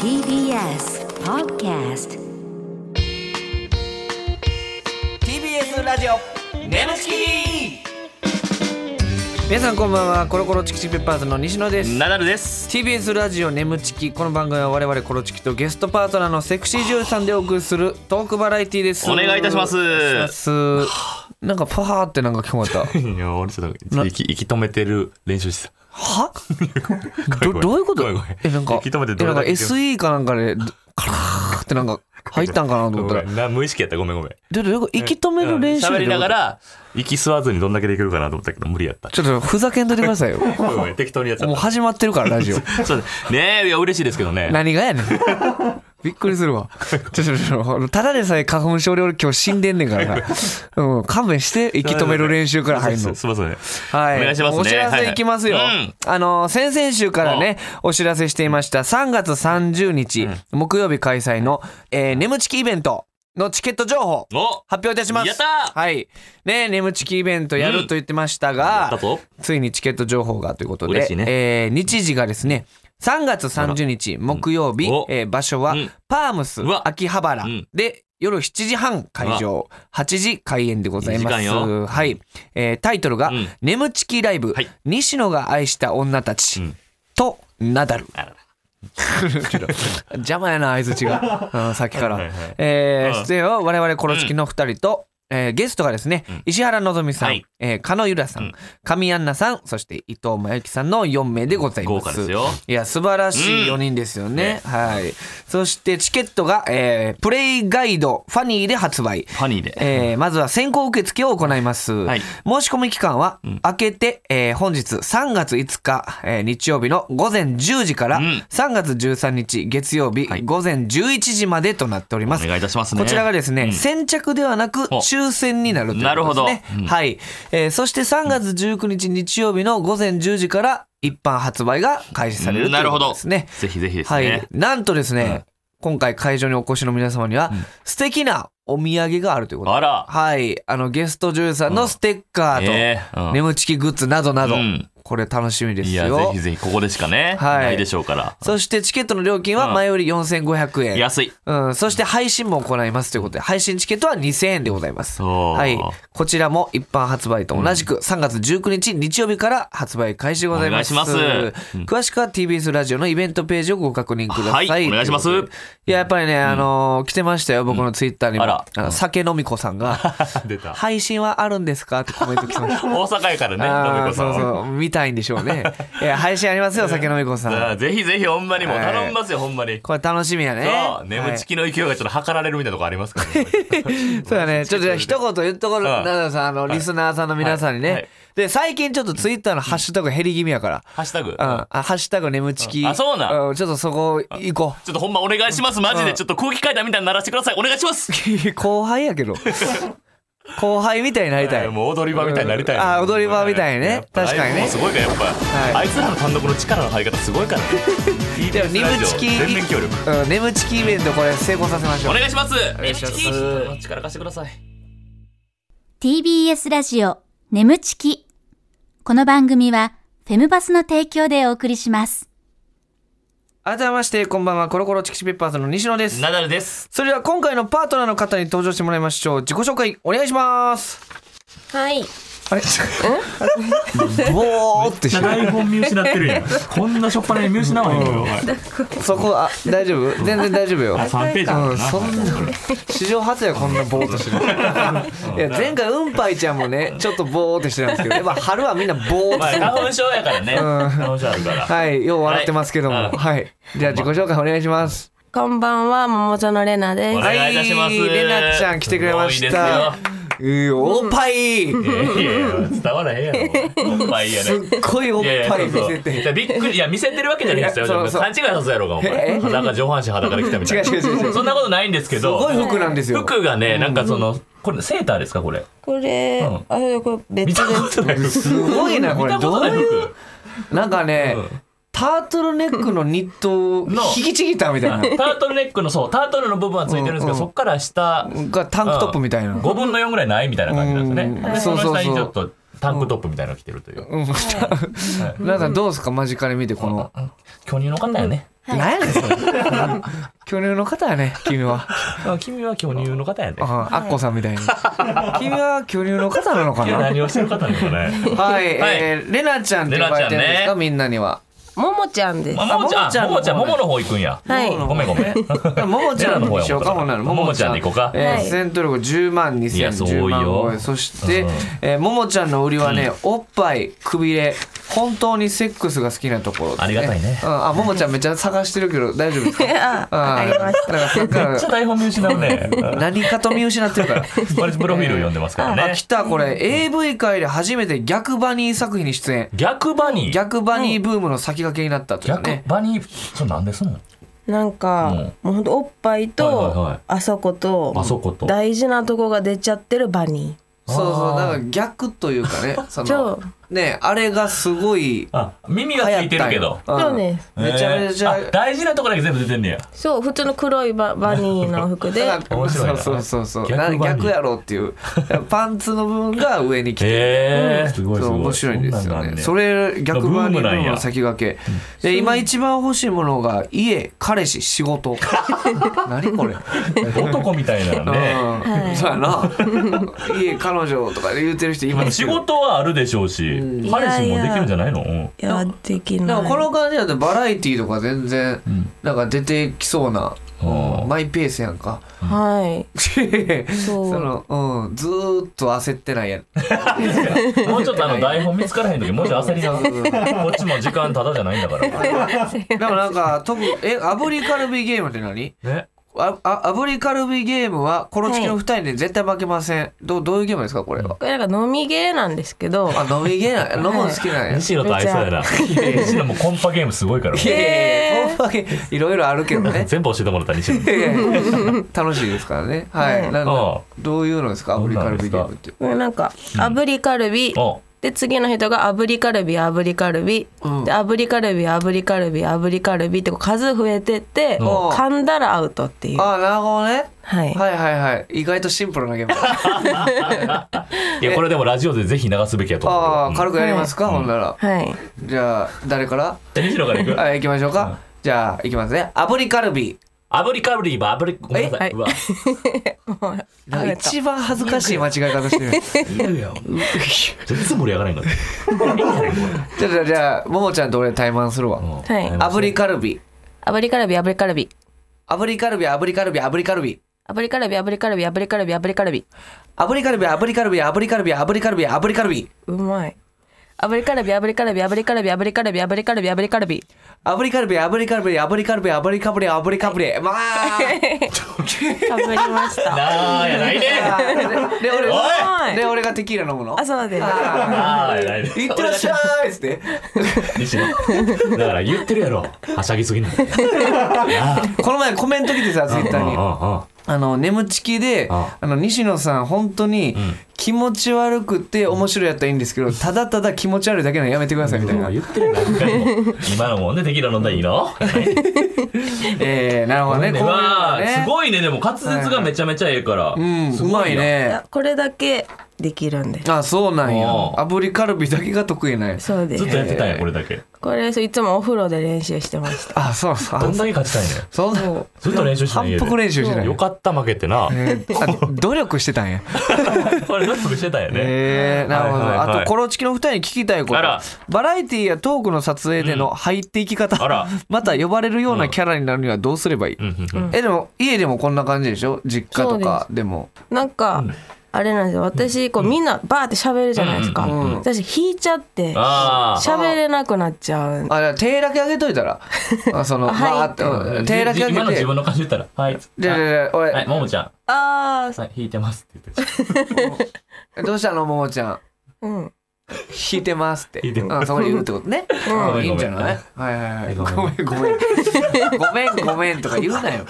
TBS Podcast TBS ラジオムチ皆さんこんばんはコロコロチキチキペッパーズの西野ですナダルです。 TBS ラジオネムチキこの番組は我々コロチキとゲストパートナーのセクシー女優さんでお送りするトークバラエティですお願いいたしますお願いしますなんかパーってなんか聞こえたいや、俺ちょっと息息止めてる練習してはた。どどういうことごめんごめんえなんか息止めてえどなれんかだけ SE かなんかでカラーってなんか入ったんかなと思ったらごめんな無意識やった。ごめんごめん。でどういうこと息止める練習うんで喋りながどういうら、息吸わずにどんだけできるかなと思ったけど、無理やったこ。とちょっとふざけんといてくださいよごめんごめん、適当にやっちゃもうっ始まってるからラジオた。 そうねえ、いや、嬉しいですけどね。何がやねん。 びっくりするわ。ちょちょちょ、ただでさえ花粉症で俺今日死んでんねんからな。 うん、勘弁して、息止める練習から入るのそう。そうそうすいません。はい。お願いしますね。お知らせいきますよ。はいはいうんあの、先々週からね、お知らせしていました3月30日、木曜日開催の、えー、眠ちきイベントのチケット情報、お発表いたします。やったーはい。ね、眠ちきイベントやると言ってましたが、だとついにチケット情報がということで嬉しい、ねえー日時がですね3月30日木曜日うんお、えー場所はうんパームスうわ秋葉原うんで夜7時半会場8時開演でございまいいす時間よはい、えータイトルがうん「眠ちきライブ、はい西野が愛した女たちうん」とナダルあらら邪魔やな相づち が、うん、さっきから、はいはいえーうん出演は我々コロチキの2人と、えーゲストがですね、石原のぞみさん、はいえー加野由良さん、うん上アンナさんそして伊藤真由紀さんの4名でございます豪華ですよいや素晴らしい4人ですよね、はいそしてチケットが、えープレイガイドファニーで発売ファニーで。えーまずは先行受付を行います、はい申し込み期間は明けて、えー本日3月5日、えー日曜日の午前10時からうん3月13日月曜日はい午前11時までとなっております、お願いいたしますねこちらがですね、うん先着ではなくお抽選になるということですねなるほどうんはい、えーそして3月19日日曜日の午前10時から一般発売が開始されるとないるうほことど。ですねぜひぜひですはいね。なんとですね、今回会場にお越しの皆様には素敵なお土産があるということであら。はい、あのゲスト女優さんのステッカーと、ええうん眠ちきグッズなどなど、うんこれ楽しみですいや、ぜよひ。ぜひ、ここでしかね、はいないでしょうから。そしてチケットの料金は前より4500円。安い。うん、そして配信も行いますということで、配信チケットは2000円でございます。そうはい。こちらも一般発売と同じく3月19日日曜日から発売開始でございます。お願いしますうん詳しくは TBS ラジオのイベントページをご確認ください。はいお願いしますとうことでいや、やっぱりね、あのー来てましたよ、僕のツイッターにも。あらあの酒飲み子さん が、出た。配信はあるんですかってコメント来ました。大阪や からね、あのーめこさんそうは。そう見たいんでしょ うねいや配信ありますよ酒飲み子ささあんぜひぜひ、ほんまにもうはい頼みますよ、ほんまに。これ楽しみやねそう、眠ちききの勢いがちょっと測られるみたいなとこありますからね。そうだねちょっとじゃあ一言言っとこううん奈々さんあのリスナーさんの皆さんにはいはねいで最近ちょっとツイッターのハッシュタグ減り気味やからハッシュタグ。うんあハッシュタグ眠ちきあそうなんちょっとそこ行こちょっとほんまお願いします、マジうで。んちょっと空気階段みたいにならしてください。お願いします。う後輩や けど後輩みたいになりたいもう踊り場みたいになりたいなあ踊り場みたいねやっぱ確かにねライブもすごいから、やっいぱ。あいつらの単独の力の入り方すごいからね。じゃあ眠ちき全面協力。うん眠ちきイベントこれ成功させましょおう願いします。願い眠しますちき。力貸してください。 TBS ラジオ眠ちきこの番組はフェムバスの提供でお送りします改めましてこんばんはコロコロチキシペッパーズの西野ですナダル です。それでは今回のパートナーの方に登場してもらいましょう自己紹介お願いしますはい。あれ ボーってしてる台本見失ってるやん。こんなしょっぱなに見失わへんよ。そこあ大丈夫全然大丈夫よ3ページうん、そんな史上初やこんなボーっとしてるい や前回うんぱいちゃんもねちょっとボーっとしてたんですけどやっぱ春はみんなボーっ とまあ、してる花粉症やからね。花粉症あるから。はいよう笑ってますけどもははいい、じゃあ自己紹介お願いしますこんばんは、桃園れなでおす。願いいたします。はいレナちゃん来てくれましたうーおっぱいすごいですよ。いやいや伝わらへんや ろ。おっぱいやね。すっごいおっいやいやぱい見そうそうせていやびっくりいや見せてるわけじゃないですよいやそうそう勘違いさせやろうがおえ前裸上半身裸で来たみたいな違う違う違う違うそんなことないんですけすどごい服なんですよ服がねなんかそのこれセーターですかこれこれ、うんあ、こ見れ別たでこす。とない服すごいな見これたことどうないいう服なんかね、タートルネックのニットをの引きちぎったみたいなタートルネックのそうタートルの部分はついてるんですけうどんうんそっから下がタンクトップみたいな、 5分の4ぐらいないみたいな感じなんですよねうんでそのそうそう下そうにちょっとタンクトップみたいなの着てるという。うん、皆さんどうですか間近に見てこの、巨乳の方やね。なん何やねんそれ 巨乳の方やね君はあ君は巨乳の方やね。ああっこさん みたいに君は巨乳の方なのか君はな何をしてる方なのかね。はい、はいえー、レナちゃんって呼ばれてるんですレナちか、ゃんみんなには。ももちゃんですあ。ももちゃん、あももももちちゃゃん、んももの方行くんや。はいごめんごめん。 ももちゃんレナの方にやしようかもなる。ももちゃんで行こうかえーはい戦闘力10万2い千やそう10多いよ万超えそして、うんえーももちゃんの売りはね、おっぱいくびれ本当にセックスが好きなところです、ありがたいねうんあももちゃんめっちゃ探してるけど大丈夫 ですかあ、わかりましたた。だからそっかめっちゃ台本見失うね。ら何かと見失ってる からこれプロフィールを読んでますからあね来。たこれ AV 界で初めて逆バニー作品に出演逆バニー。逆バニーブームの先駆けになったという逆ねバニー、それなんですのなんか、もうほんとおっぱいと、はいはいはいあそことあそこと大事なとこが出ちゃってるバニそうそうあーだから逆というかねそのそねあれがすごいあ、耳がついてるけど。流行ったんよそうねうんめちゃめちゃえーあ大事なとこだけ全部出てんねや。ーそう普通の黒いババニーの服 でだから面白いなそうそうそうそう逆なバニー逆やろっていうパンツの部分が上に来て へえ、すごいそすうごい。面白いんですよねそれれ逆バニーブームブなんやームの先駆けで今一番欲しいものが家彼氏 仕事何これ男みたいなのね。うんそうやな家彼女とか言ってる人今仕事はあるでしょうし、彼氏もできるんじゃないの？うんいやできないなんかこの感じだとバラエティーとか全然なんか出てきそうな、うんうんマイペースやんかはいそそうの、うん、ずーっと焦ってないや んもうちょっとあの台本見つからへん時もうちょい焦りが。こっちも時間ただじゃないんだから。でもなんか特え炙りカルビゲームって何ね。ああ炙りカルビゲームはコロチキの二人で絶対負けません、どうどういうゲームですかこれは、これなんか飲みゲーなんですけどあ飲みゲーなんや飲むの好きなんや西野と愛想やな。西野もコンパゲームすごいから。 いやいやいやそんなわけいろいろあるけど ね全部教えてもらった西野。いやいや楽しいですからねはい、はいなんああかどういうのですか炙りカルビゲームってこれなんか炙りカルビお、で次の人が炙りカルビ炙りカルビ、うんで炙りカルビ炙りカルビ炙りカルビってこう数増えてってうん噛んだらアウトっていうああなるほどねはいはいはいはい意外とシンプルなゲー ムいやこれでもラジオでぜひ流すべきやと思うああよ。軽くやりますか、ほんならはいじゃあ誰からうん西野からいく。はい行きましょうかじゃあ行きますね炙りカルビ炙りカブリーバ炙りごめんなさはいい。うわなんか一番恥ずかしい間違い方してるいや全然盛り上がらへんから。 じゃあじゃあじゃあももちゃんと俺対マンするわうんはい炙りカルビ炙りカルビ炙りカルビ炙りカルビ炙りカルビ炙りカルビ炙りカルビ炙りカルビ炙りカルビ炙りカルビ炙りカルビ炙りカルビ炙りカルビ炙りカルビ炙りカルビうまい炙りカルビ炙りカルビ炙りカルビ炙りカルビ炙りカルビ炙炙りカルビりカルビ炙りカルビ炙りカルビ炙りカルビ炙りカルビまあかぶりまし たなあやないね。 で俺おいはいで俺がテキーラ飲むのあそうですなあやないね。いってらっしゃいっつって西野だから言ってるやろ。はしゃぎすぎない。この前コメント来てさツイッターにああの眠ちきでああの西野さん本当に気持ち悪くて面白いやったらいいんですけどただただ気持ち悪いだけなのやめてくださいみたいな言ってるやろ何回も。今のもんでテキーラ飲んだらいいの。えーなるほどねうこういうのわねあすごいねでも滑舌がめちゃめちゃええから。うんすうごまいいな。いねやこれだけできるんですあそうなんやおう炙りカルビだけが得意なんやそうでずすっとやってたんやこれだけ。これそういつもお風呂で練習してましたあそうそうどあんだけ勝ちたいね。そんなそうずっと練習してた反復練習してないよかった負けてな。えーあ努力してたんやこれ納得してたんやね。えー、なるほど、はいはいはいあとコロチキの二人に聞きたいことあらバラエティやトークの撮影での入っていき方、あら また呼ばれるようなキャラになるにはどうすればいい、うんうんえでも家でもこんな感じでしょ実家とかでもなんか、あれなんですよ私こうみんなバーって喋るじゃないですか、うんうん私引いちゃってああ。喋れなくなっちゃうんあじゃあ手だけ上げといたらあその、はいまあってうん手だけ上げ今のて自分の感じ言ったら、はい。じゃあじゃあじゃあ俺、はい、ももちゃん。あーはい、弾いてますって言って。どうしたのももちゃんうん弾いてますっていてまうん、そこで言うってことね、んうん、いいんじゃないはいはいはいごごめんごめんごめんごめんとか言うなよ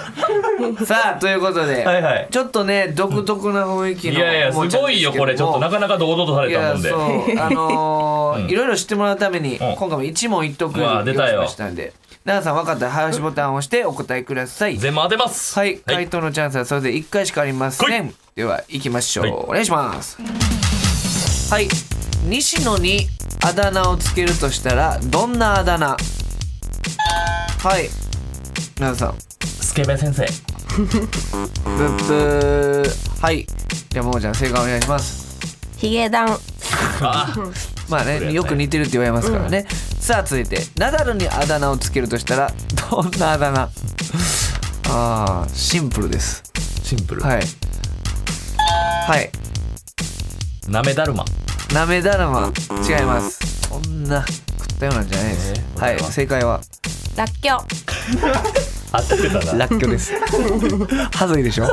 さあということで、はいはいちょっとね独特な雰囲気いのやいや、おもちすゃごでいけどよ、もこれ。ちょっとなかなか堂々とさいれたやもんで。そう あのーうんいろいろ知ってもらうために、ん今回も一問一答クイうズわ出用意したよましたんで奈々さん分かったら早押しボタンを押してお答えください全部当てます。はい回答のチャンスはそれで1回しかありませんでは行きましょう、はいお願いしますはい西野にあだ名をつけるとしたらどんなあだ名はい皆さんスケベ先生ブッブーはいじゃあももちゃん正解お願いしますヒゲダンあまあそうやねねよく似てるって言われますからね、さあ続いてナダルにあだ名をつけるとしたらどんなあだ名あーシンプルですシンプル、はいはいなめだるまなめだるま違いますこんな食ったようなんじゃないです、えーはいこれは正解はラッキョ合ってたならっきょうですはずいでしょ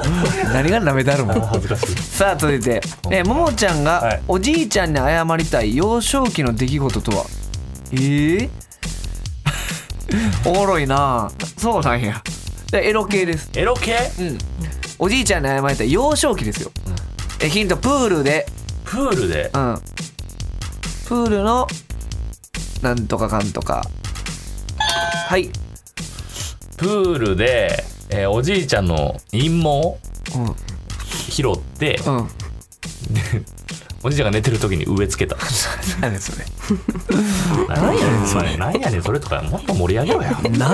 何がなめだるまもう恥ずかしいさあ続いて、えーももちゃんはがいおじいちゃんに謝りたい幼少期の出来事とはえー、 おもろいなそうなんやでエロ系ですエロ系うんおじいちゃんに謝りたい幼少期ですよ、えヒントプールでプールでうんプールのなんとかかんとかはい、プールで、えーおじいちゃんの陰謀をう拾って、んうんおじいちゃんが寝てる時に植え 付けた何それ何やねんそれ何やねんそれとかもっと盛り上げろやな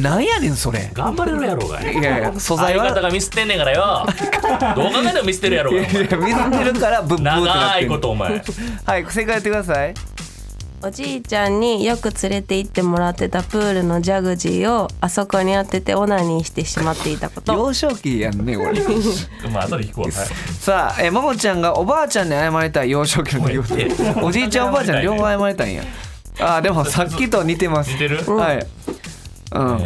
なんやねんそれ頑張れるやろうが いやいや素材相は方がミスってんねんからよどう考えてもミスってるやろうがお前いや見せてるからブッブーってなっ長ていることお前はい正解やってくださいおじいちゃんによく連れて行ってもらってたプールのジャグジーをあそこに当ててオナニーしてしまっていたこと幼少期やん ねこれまあ後で聞くわ、はいさあえももちゃんがおばあちゃんに謝りたい幼少期の 出来もう言って事おじいちゃんおばあちゃん両方謝りたい んやあーでもさっきと似てます似てるはいうん、え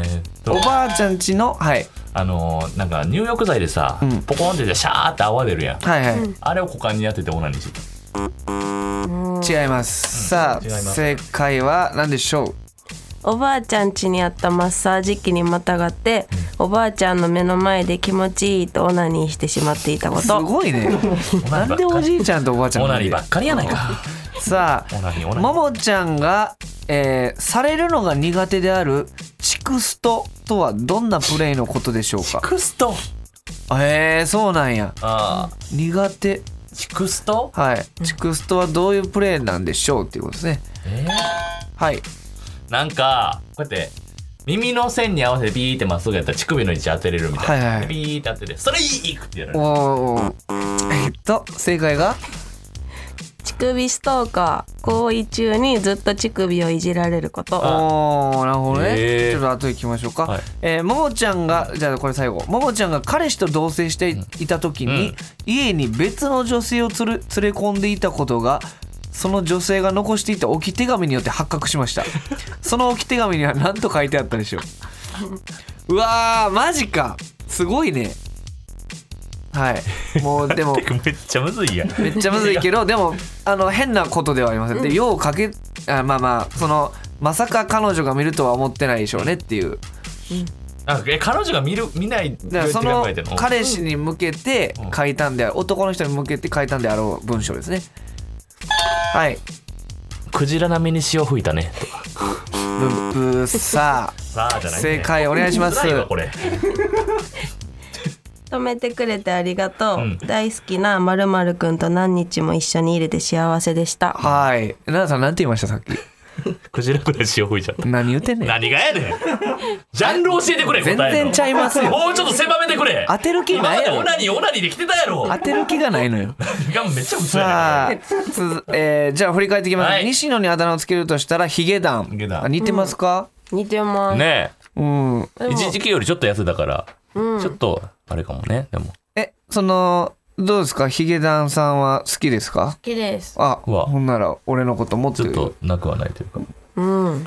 ーっとおばあちゃんちの、はい、あのーなんか入浴剤でさ、うんポコンってシャーって泡出るやんはいはいあれを股間に当ててオナニーしてた違いますさあ違います正解は何でしょうおばあちゃん家にあったマッサージ機にまたがっておばあちゃんの目の前で気持ちいいとオナニーしてしまっていたこすとご いねなんでおじいちゃんとおばあちゃんオなナんでニーばっかりやないかさオナニーオナあニもーもちゃんが、えーされるのが苦手であるチクストとはどんなプレイのことでしょうチかクストえー、そうなんやああ苦手チクストはいチクストはどういうプレイなんでしょうっていうことですねえー、はいなんかこうやって耳の線に合わせてビーってまっすぐやったら乳首の位置当てれるみたいな、はいはいビーって当ててそれいいってやるおーおーえっと正解が乳首ストーカー行為中にずっと乳首をいじられることおおなるほどね、へーちょっと後で聞きましょうか、はいえーももちゃんがじゃあこれ最後ももちゃんが彼氏と同棲していた時に、うん家に別の女性をつる連れ込んでいたことがその女性が残していた置き手紙によって発覚しました その置き手紙には何と書いてあったでしょううわーマジかすごいねはいもうでもめっちゃむずいやんめっちゃむずいけどでもあの変なことではありませんでようかけあまあまあそのまさか彼女が見るとは思ってないでしょうねっていうあえ彼女が見る見ないだからそどのうやって考えてんの彼氏に向けてうん書いたんである男の人に向けて書いたんであろう文章ですねはいクジラ並みに潮吹いたねとかブッブーささあじあゃない、ね、正解お願いします辛いわこれ止めてくれてありがとう、うん大好きなまるまるくんと何日も一緒にいれて幸せでしたはい奈々さんなんて言いましたさっきクジラぐらい潮吹いちゃった何言ってんねん何がやねんジャンル教えてくれ答え全の然ちゃいますよ もうちょっと狭めてくれ当てる気今なまいでやろオナニーオナニーできてたやろ当てる気がないのよがめっちゃ普通やさあ、つえーじゃあ振り返っていきます、はい西野にあだ名をつけるとしたらヒゲダンヒゲダンあ似てますか、似てます、ねうんえ一時期よりちょっと痩せたから、ちょっとあれかもねでもえそのどうですかヒゲダンさんは好きですか好きですあうわほんなら俺のこともっちとょっとなくはないというかうん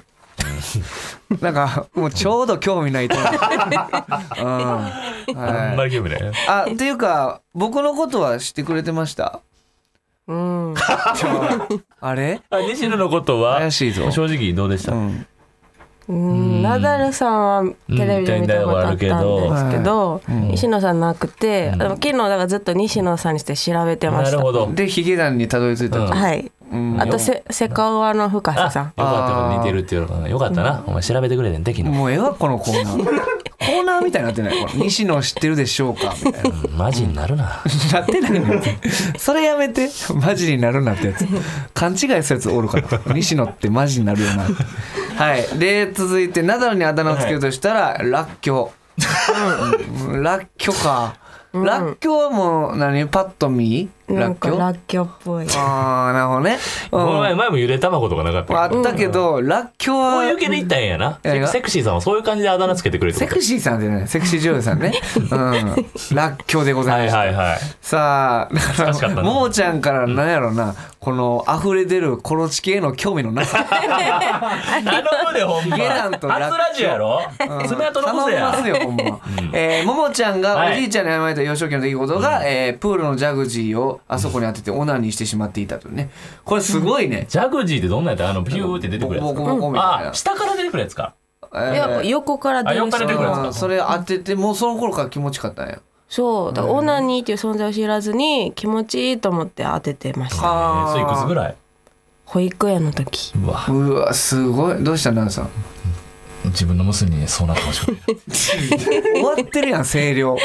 なんかもうちょうど興味な いと思う、うんあんまはい、り興味ないあっていうか僕のことは知ってくれて ましたうんあれあ西野のことは怪しいぞ正直どうでした、うんうんナダルさんはテレビで見たことあったんですけうんど、うん西野さんなくて、うんでも昨日だからずっと西野さんにして調べてまなしたるほどでヒゲダンにたどり着いたうんと、はいうんあとせセカオワの深あよ瀬さんかったよ似てるっていうのがよかったなお前調べてくれてんできのもうええわこのコーナーコーナーみたいになってないこの西野知ってるでしょうかみたいなマジになるな。なってないのよそれやめてマジになるなってやつ勘違いするやつおるから西野ってマジになるよなってはいで続いてナダルにあだ名をつけるとしたら、らっきょううんらっきょか、らっきょうはもう何パッと見らなっんきかょうラあッキョっぽい。あーなるほどね、うこの前、ん前も揺れ卵とかなかったあっけ。ったけど、らっきょうこはういう系でいったんやな。何がセクシーさんはそういう感じであだ名つけてくれてセるってクシーさんじゃないセクシー女優さんねうんらっきょうでごこと。ざはいいますはいはい。さあだかしかったらなももちゃんからなんやろな、この溢れ出るコロチキへの興味のなさ頼むでほんま。ゲランとラッキョ初ラジオやろ 爪痕残せ頼みますや。よほんま、えーももちゃんがはおいじいちゃんに謝られた幼少期の出来事が、えープールのジャグジーをあそこに当ててオナニーしてしまっていたというねこれすごいねジャグジーってどんなんやったあの、ビューって出てボくコるやボつコボコみたいなあ、、下から出てくるやつか。いえーや横から出あ横るかしら出てくるやつうんそれ当ててもうその頃から気持ちよかったんやそうだからオナニーっていう存在を知らずに気持ちいいと思って当ててましたあーそういくつぐらい保育園の時うわうわすごいどうした奈々さん自分の娘にそうなってほしくない終わってるやん声量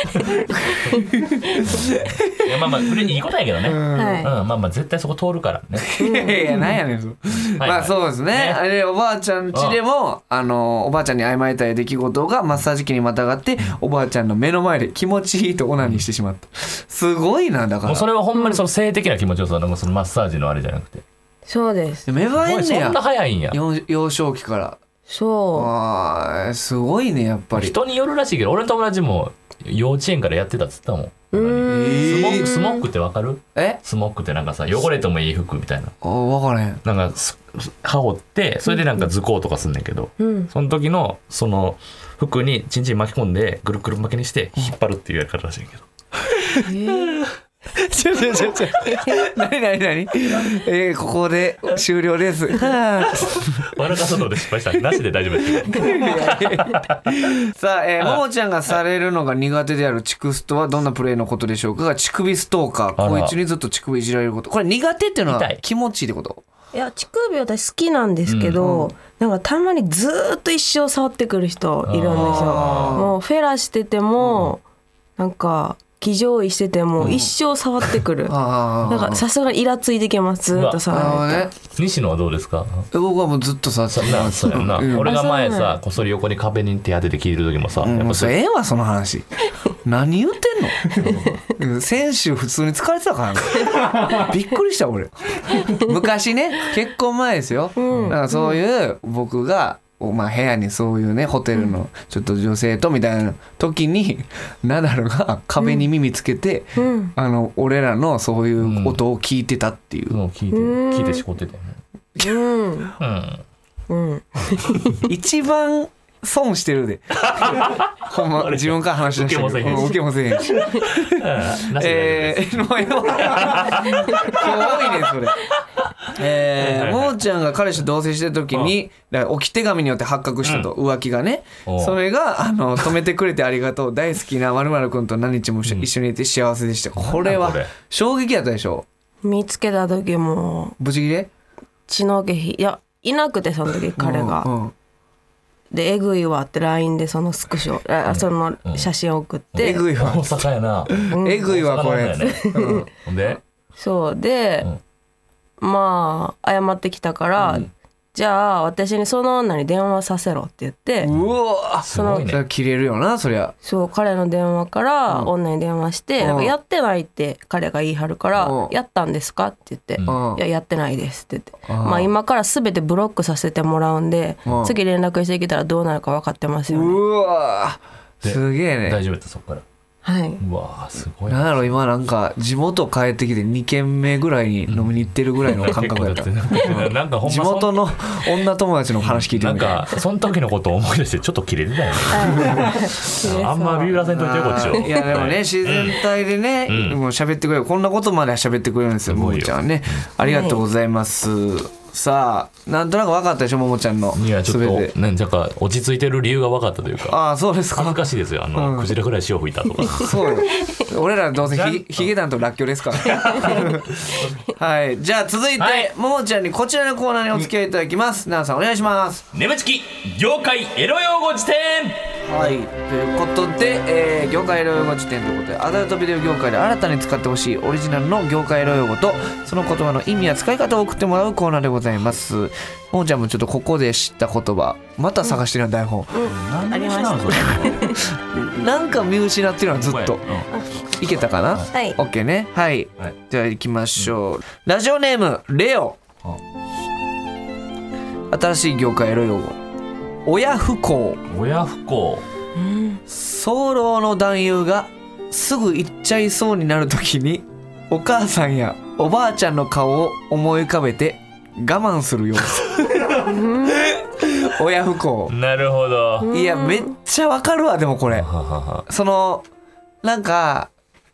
いやまあまあこれいいことやけどね、うん、はまあまあ絶対そこ通るからねいやいや、なんやねん、それはいまあそうですね。ねあれ、おばあちゃん家でも、あの、おばあちゃんに謝りたい出来事がマッサージ機にまたがって、おばあちゃんの目の前で気持ちいいとオナニーしてしまった。すごいな、だかもうそら。れはほんまにその性的な気持ちよさなんかそのマッサージのあれじゃなくていそうです芽お生え前んねそんなや。早いんや幼幼少期から。そあーすごいね、やっぱり。人によるらしいけど俺の友達も幼稚園からやってたっつったもんううーんスモックスモックってわかるえスモックってなんかさ汚れてもいい服みたいなあわからへん。なんかす羽織ってそれでなんか図工とかすんねんけど、うんその時のその服にチンチン巻き込んでぐるぐる巻きにして引っ張るっていうやり方らしいけどちょちょちょ ちょ。なになになにえー、ここで終了 です。はあ笑かすので失敗したらなしで大丈夫ですけどさあ、えー、ももちゃんがされるのが苦手であるチクストはどんなプレイのことでしょうかが乳首ストーカーあらこいつにずっと乳首いじられることこれ苦手っていうの痛はい気持ちいいってこといや乳首私好きなんですけど、なんかたまにずーっと一生触ってくる人いるんですよあーもうフェラしてても、なんか騎乗位してても一生触ってくる、ああなんかさすがにイラついてきますずーっとなるほ触どられて、ね西野はどうですかえ僕はもうずっとさそんなそうやんな、うん俺が前あそうなんさこっそり横に壁に手当てて聞いてる時もさ、うんやっもぱうそそうれええわその話何言ってん のうん先週普通に疲れてたからね びっくりした俺昔ね結婚前ですよ、だからそういう僕がおまあ、部屋にそういうねホテルのちょっと女性とみたいな時に、ナダルが壁に耳つけて、うんあの俺らのそういう音を聞いてたっていう、もう聞いてうん聞いてしこってたよねうんうんうん一番損して るでほんま自分から話し出して受けもせへんし受けもせへんしなしえでー、もう今 多いねそれ。えー、ももちゃんが彼氏と同棲してる時に、だから置き手紙によって発覚したと、浮気がねおうそれがあの「止めてくれてありがと う大好きな〇〇君と何日も一緒一緒にいて幸せでした」これはこれ衝撃やったでしょ見つけた時もブチギレ血の毛ひいやいなくてその時彼が、うんうんで「えぐいわ」って LINE でそのスクショあその写真を送って、えぐい大わ阪や なえぐいわこ大れ阪なんだよねほんでそうで、まあ謝ってきたから、じゃあ私にその女に電話させろって言って、うわすごいそれねは切れるよなそりゃそう彼の電話から女に電話して、うんなんかやってないって彼が言い張るから「うんやったんですか?」って言って「うんいややってないです」って言って、うんまあ今から全てブロックさせてもらうんで、うん次連絡してきたらどうなるか分かってますよね。うわですげえね大丈夫やったそっからはい、うわーすごいなんやろ今なんか地元帰ってきて2軒目ぐらいに飲みに行ってるぐらいの感覚 やった結構だってねなんかほんま地そん元の女友達の話聞いてなるんみたいかその時のことを思い出してちょっとキレてたよね あんまビビらせんといてよこっちをいやで もね自然体でね、うんもう喋ってくれるこんなことまで喋ってくれるんですよすもごいよもちゃんはねありがとうございます、さあなんとなく分かったでしょももちゃんのいやちょ全ってとねなんか落ち着いてる理由が分かったというかああそうです恥ずかかしいですよあの、うんクジラぐらい潮吹いたと かそうよ俺らどうせじゃひんヒゲダンとらっきょうですから はいじゃあ続いて、はいももちゃんにこちらのコーナーにお付き合いいただきます奈々さんお願いします眠ちき業界エロ用語辞典はい、ということで、えー業界ロ用語辞典ということでアダルトビデオ業界で新たに使ってほしいオリジナルの業界ロ用語とその言葉の意味や使い方を送ってもらうコーナーでございますもんちゃんもちょっとここで知った言葉また探してるの台本、何でしたのそれなんか見失ってるのずっとうんいけたかなはい OK ねはい、はいじゃあ行きましょう、ラジオネームレオあ新しい業界ロ用語親不孝親不孝早漏の男優がすぐ行っちゃいそうになる時にお母さんやおばあちゃんの顔を思い浮かべて我慢する様子 親不孝なるほどいやめっちゃわかるわでもこれはははそのなんか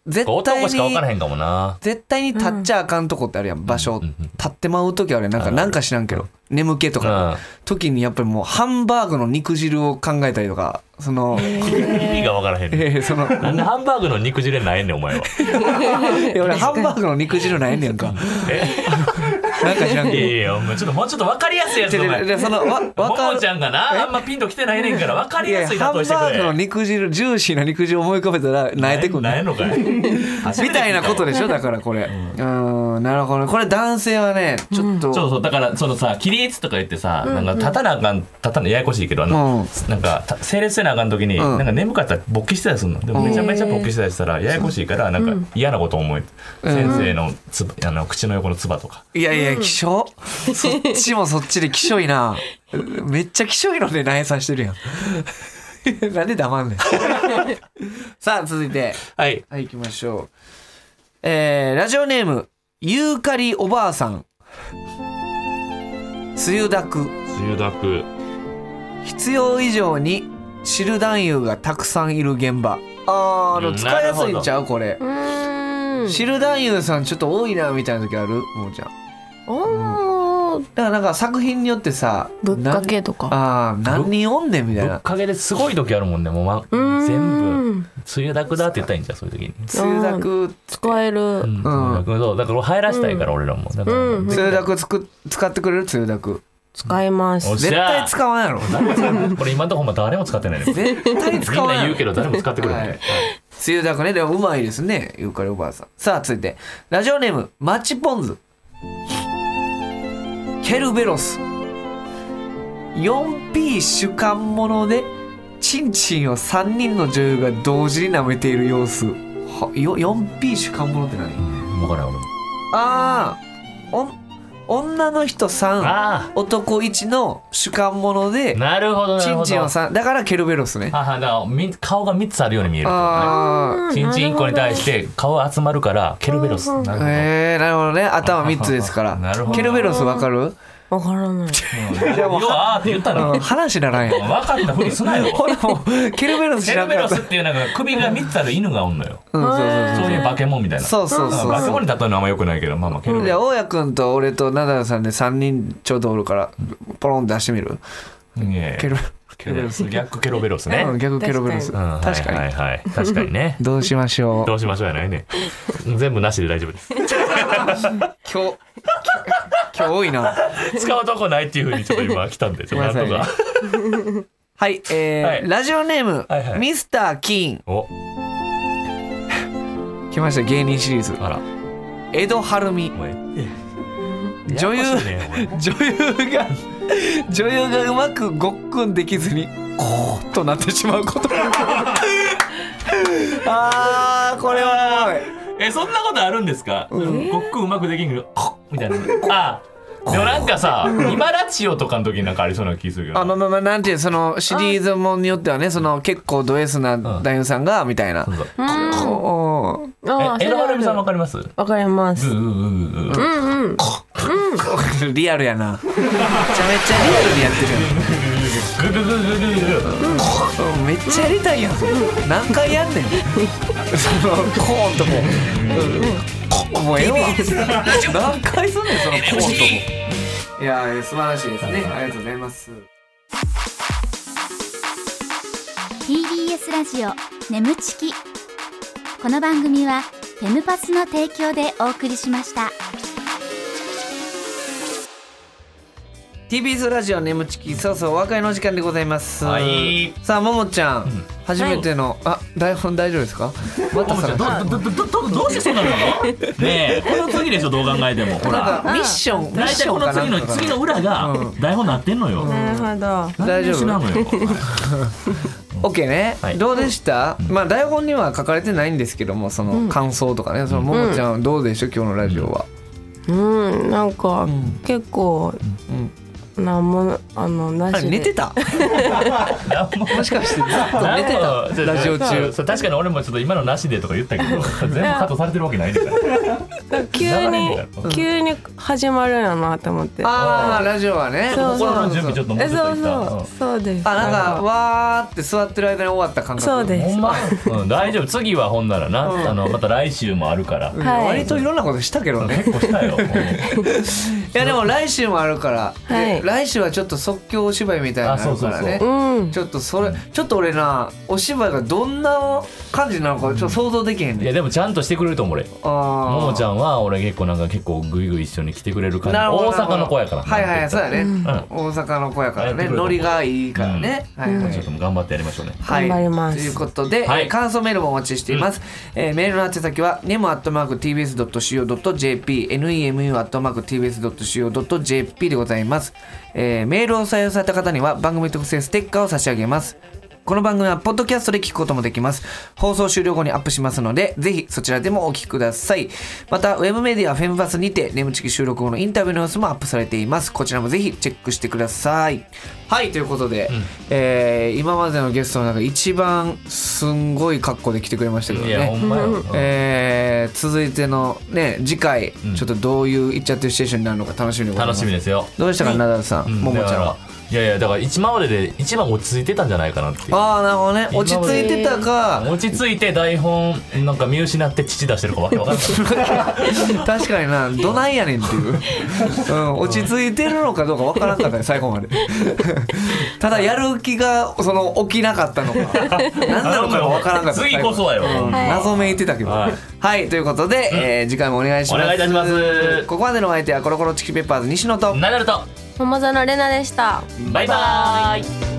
絶対男しか分にからへんかもな絶対に立っちゃあかんとこってあるやん、場所うんうん立ってまう時あるやんなんかなんか知らんけど眠気とか、時にやっぱりもうハンバーグの肉汁を考えたりとかそ の、うん意味が分からへんねえーそのなんでハンバーグの肉汁ないねんお前はいや俺ハンバーグの肉汁ないねん か。なんか知らいんやけいやお前ちょっともうちょっと分かりやすいやど。つでおで前ででそのわわもかもちゃんがえなあんまピンときてないねんから分かいりややいすいやハン例バえしてくーれグの肉汁ジューシーな肉汁思い浮かべたら泣いてくるないのかい みみたいなことででしょだからこれ。うんなるほどねこれ男性はねちょっと、そうそうだからそのさ起立とか言ってさ、なんか立たなあかん立たなややこしいけどあの、うんなんかた整列せなあかん時に、うんなんか眠かったら勃起してたりするのでもめちゃめちゃ勃起してたりしたらややこしいからなんか嫌なこと思い、先生のつばあの口の横のつばとかいやいや希少、そっちもそっちで希少いな。めっちゃ希少いので苗さしてるやん。 なんで黙 んねん。さあ続いて。はいはい、行きましょう。えー、ラジオネーム、ユーカリおばあさん。梅雨だく。重濁必要以上に知る男優がたくさんいる現場。あー、あのうん使いやすいんちゃうこれう。ーん知る男優さんちょっと多いなみたいな時あるもうちゃん。だおーからなんか作品によってさ、ぶっかけとかあー、何人おんねんみたぶいっな。かけですごい時あるもんねもう、ま、うーん全部梅雨だくだって言ったらいいんじゃんそういう時に。梅雨だく、使えるうん、梅雨だくそうだから俺入らしたいから、俺らもだから、うん梅雨だくつく使ってくれる梅雨だく。使いますおし絶対ゃ使わんやろ。これ今のところ誰も使ってないね絶対み 使んわんなやろ言う。けど誰も使ってくれない、はい梅雨だくねでもうまいですねゆうかりおばあさんさあ続いてラジオネームマッチポンズケルベロス 4P 主観者でチンチンを3人の女優が同時に舐めている様子はよ 4P 主観者って何分からん俺もあーおん女の人3あ男1の主観者あでなるほどなチるンほどチンを3だからケルベロスねははだからみ顔が3つあるように見えるあうんチンチン1個に対して顔集まるからケルベロスなるほど、えー、なるほどね頭3つです かなるほらどケルベロスわかるわからないいやもう要はあーって言ったのうん分話ならんやんかったふりすな よほらもうケルベロスケ知らルんベかロったスっていうなんか首が3つある犬がおんのようんそういう化け物みたいなそうそうそうそう化けそ物に例えるのはあんま良くないけどまあまあケルうベじロゃあ大家君と俺とナダルさんで3人ちょうどおるからポロン出してみるスいやいやケルケルベロス逆ケルベロスね、うん逆ケルベロスうん確はかいにはいはい確かにねどうしましょうどうしましょうやないね全部なしで大丈夫です今日今日多いな使うとこないっていうふうにちょっと今来たんでちょっとなんとかはいはえーいラジオネーはいはムいミスター・キーンお来ました芸人シリーズあら江戸晴美お前女優ややこしいねお前女優が女優がうまくごっくんできずにこうっとなってしまうこと あーこれはえそんなことあるんですか、ごっくんうまくできんけどこっみたいなあでもなんかさ今ラチオとかの時なんかありそうな気するけどあのまあまあなんていうそのシリーズもんによってはねその結構ド S な男優さんがみたいなそうそうこうあーえ江戸それあ晴る美さんわかりますうわかりますうううううこうリアル やなめちゃめちゃリアルにやってるぐぐぐぐぐぐやんめっちゃやりたいやん何回やんねんそのコーンともうんもうええわ何回すんねんそのコーンともいやー素晴らしいですねありがとうございます TBS ラジオ眠ちきこの番組はフェムパスの提供でお送りしました TBS TBS ラジオ眠ちきそうそうお別れの時間でございます、はいさあももちゃん、初めての、あ台本大丈夫ですかまたさどどどどどどうしてそうなるの？ねえこの次でしょどう考えてもほなんらかミッションミッ大シ体ョンこのかな次のんか次の裏が台本なってんのよ。なるほどなんで大丈夫一緒なのよ。 OK ね、はいどうでした、まあ台本には書かれてないんですけどもその感想とかね、そのももちゃんどうでしょう今日のラジオは、うんなんか、結構、なんもあのなあしれで寝てたもしかしてずっと寝てなんたかラジオ中そう確かに俺もちょっと今のなしでとか言ったけど全部カットされてるわけないですから。急に流れてた急に始まるんやなと思ってああラジオはねそうそう心の準備ちょっともうえちょっそとういっそうそうですあなんかわーって座ってる間に終わった感覚そうた。ですほんま、うん、大丈夫次はほんならな、あのまた来週もあるから、うんはい割といろんなことしたけどね結構した よ、いやでも来週もあるから、はいで来週はちょっと即興お芝居みたいなのあるからねあそうそうそうんちょっとそれちょっと俺なお芝居がどんな感じなのかちょっと想像できへんいやねでもちゃんとしてくれると思う俺あーももちゃんは俺結構なんか結構グイグイ一緒に来てくれる感じなるほど大阪の子やからはいはいそうやね、ん大阪の子やからやってねくれると思うノリがいいからね、はいはい、ちょっともう頑張ってやりましょうねはい、頑張りますということで、はいえー感想メールもお待ちしています、えーメールの宛先は nemo.tbs.co.jp nemu.tbs.co.jp でございます、えーメールを採用された方には番組特製ステッカーを差し上げますこの番組はポッドキャストで聞くこともできます。放送終了後にアップしますので、ぜひそちらでもお聞きください。また、ウェブメディアフェムバスにて、眠ちき収録後のインタビューの様子もアップされています。こちらもぜひチェックしてください。はい、ということで、えー今までのゲストの中で一番すんごい格好で来てくれましたけどいやほね。んまよ、えー続いてのね、次回、うんちょっとどういういっちゃってるシチュエーションになるのか楽しみでございま楽す。しみですよ、どうでしたか、ナダルさん、うももちゃんだはか。らいやいやだから今までで一番落ち着いてたんじゃないかなっていうああ、なるほどね。落ち着いてたか、落ち着いて台本なんか見失って父出してるかわけわかんない 確かになどないやねんっていう、うん、落ち着いてるのかどうかわからん かったね最後までただやる気がその起きなかっ たのか 何なのかがわからんかった次こそはよ最後までうん謎めいてたけどははいい、ということで、えー次回もお願いしますお願いいたしますここまでのお相手はコロコロチキペッパーズ西野とナダルと桃園玲奈でしたバイバーイ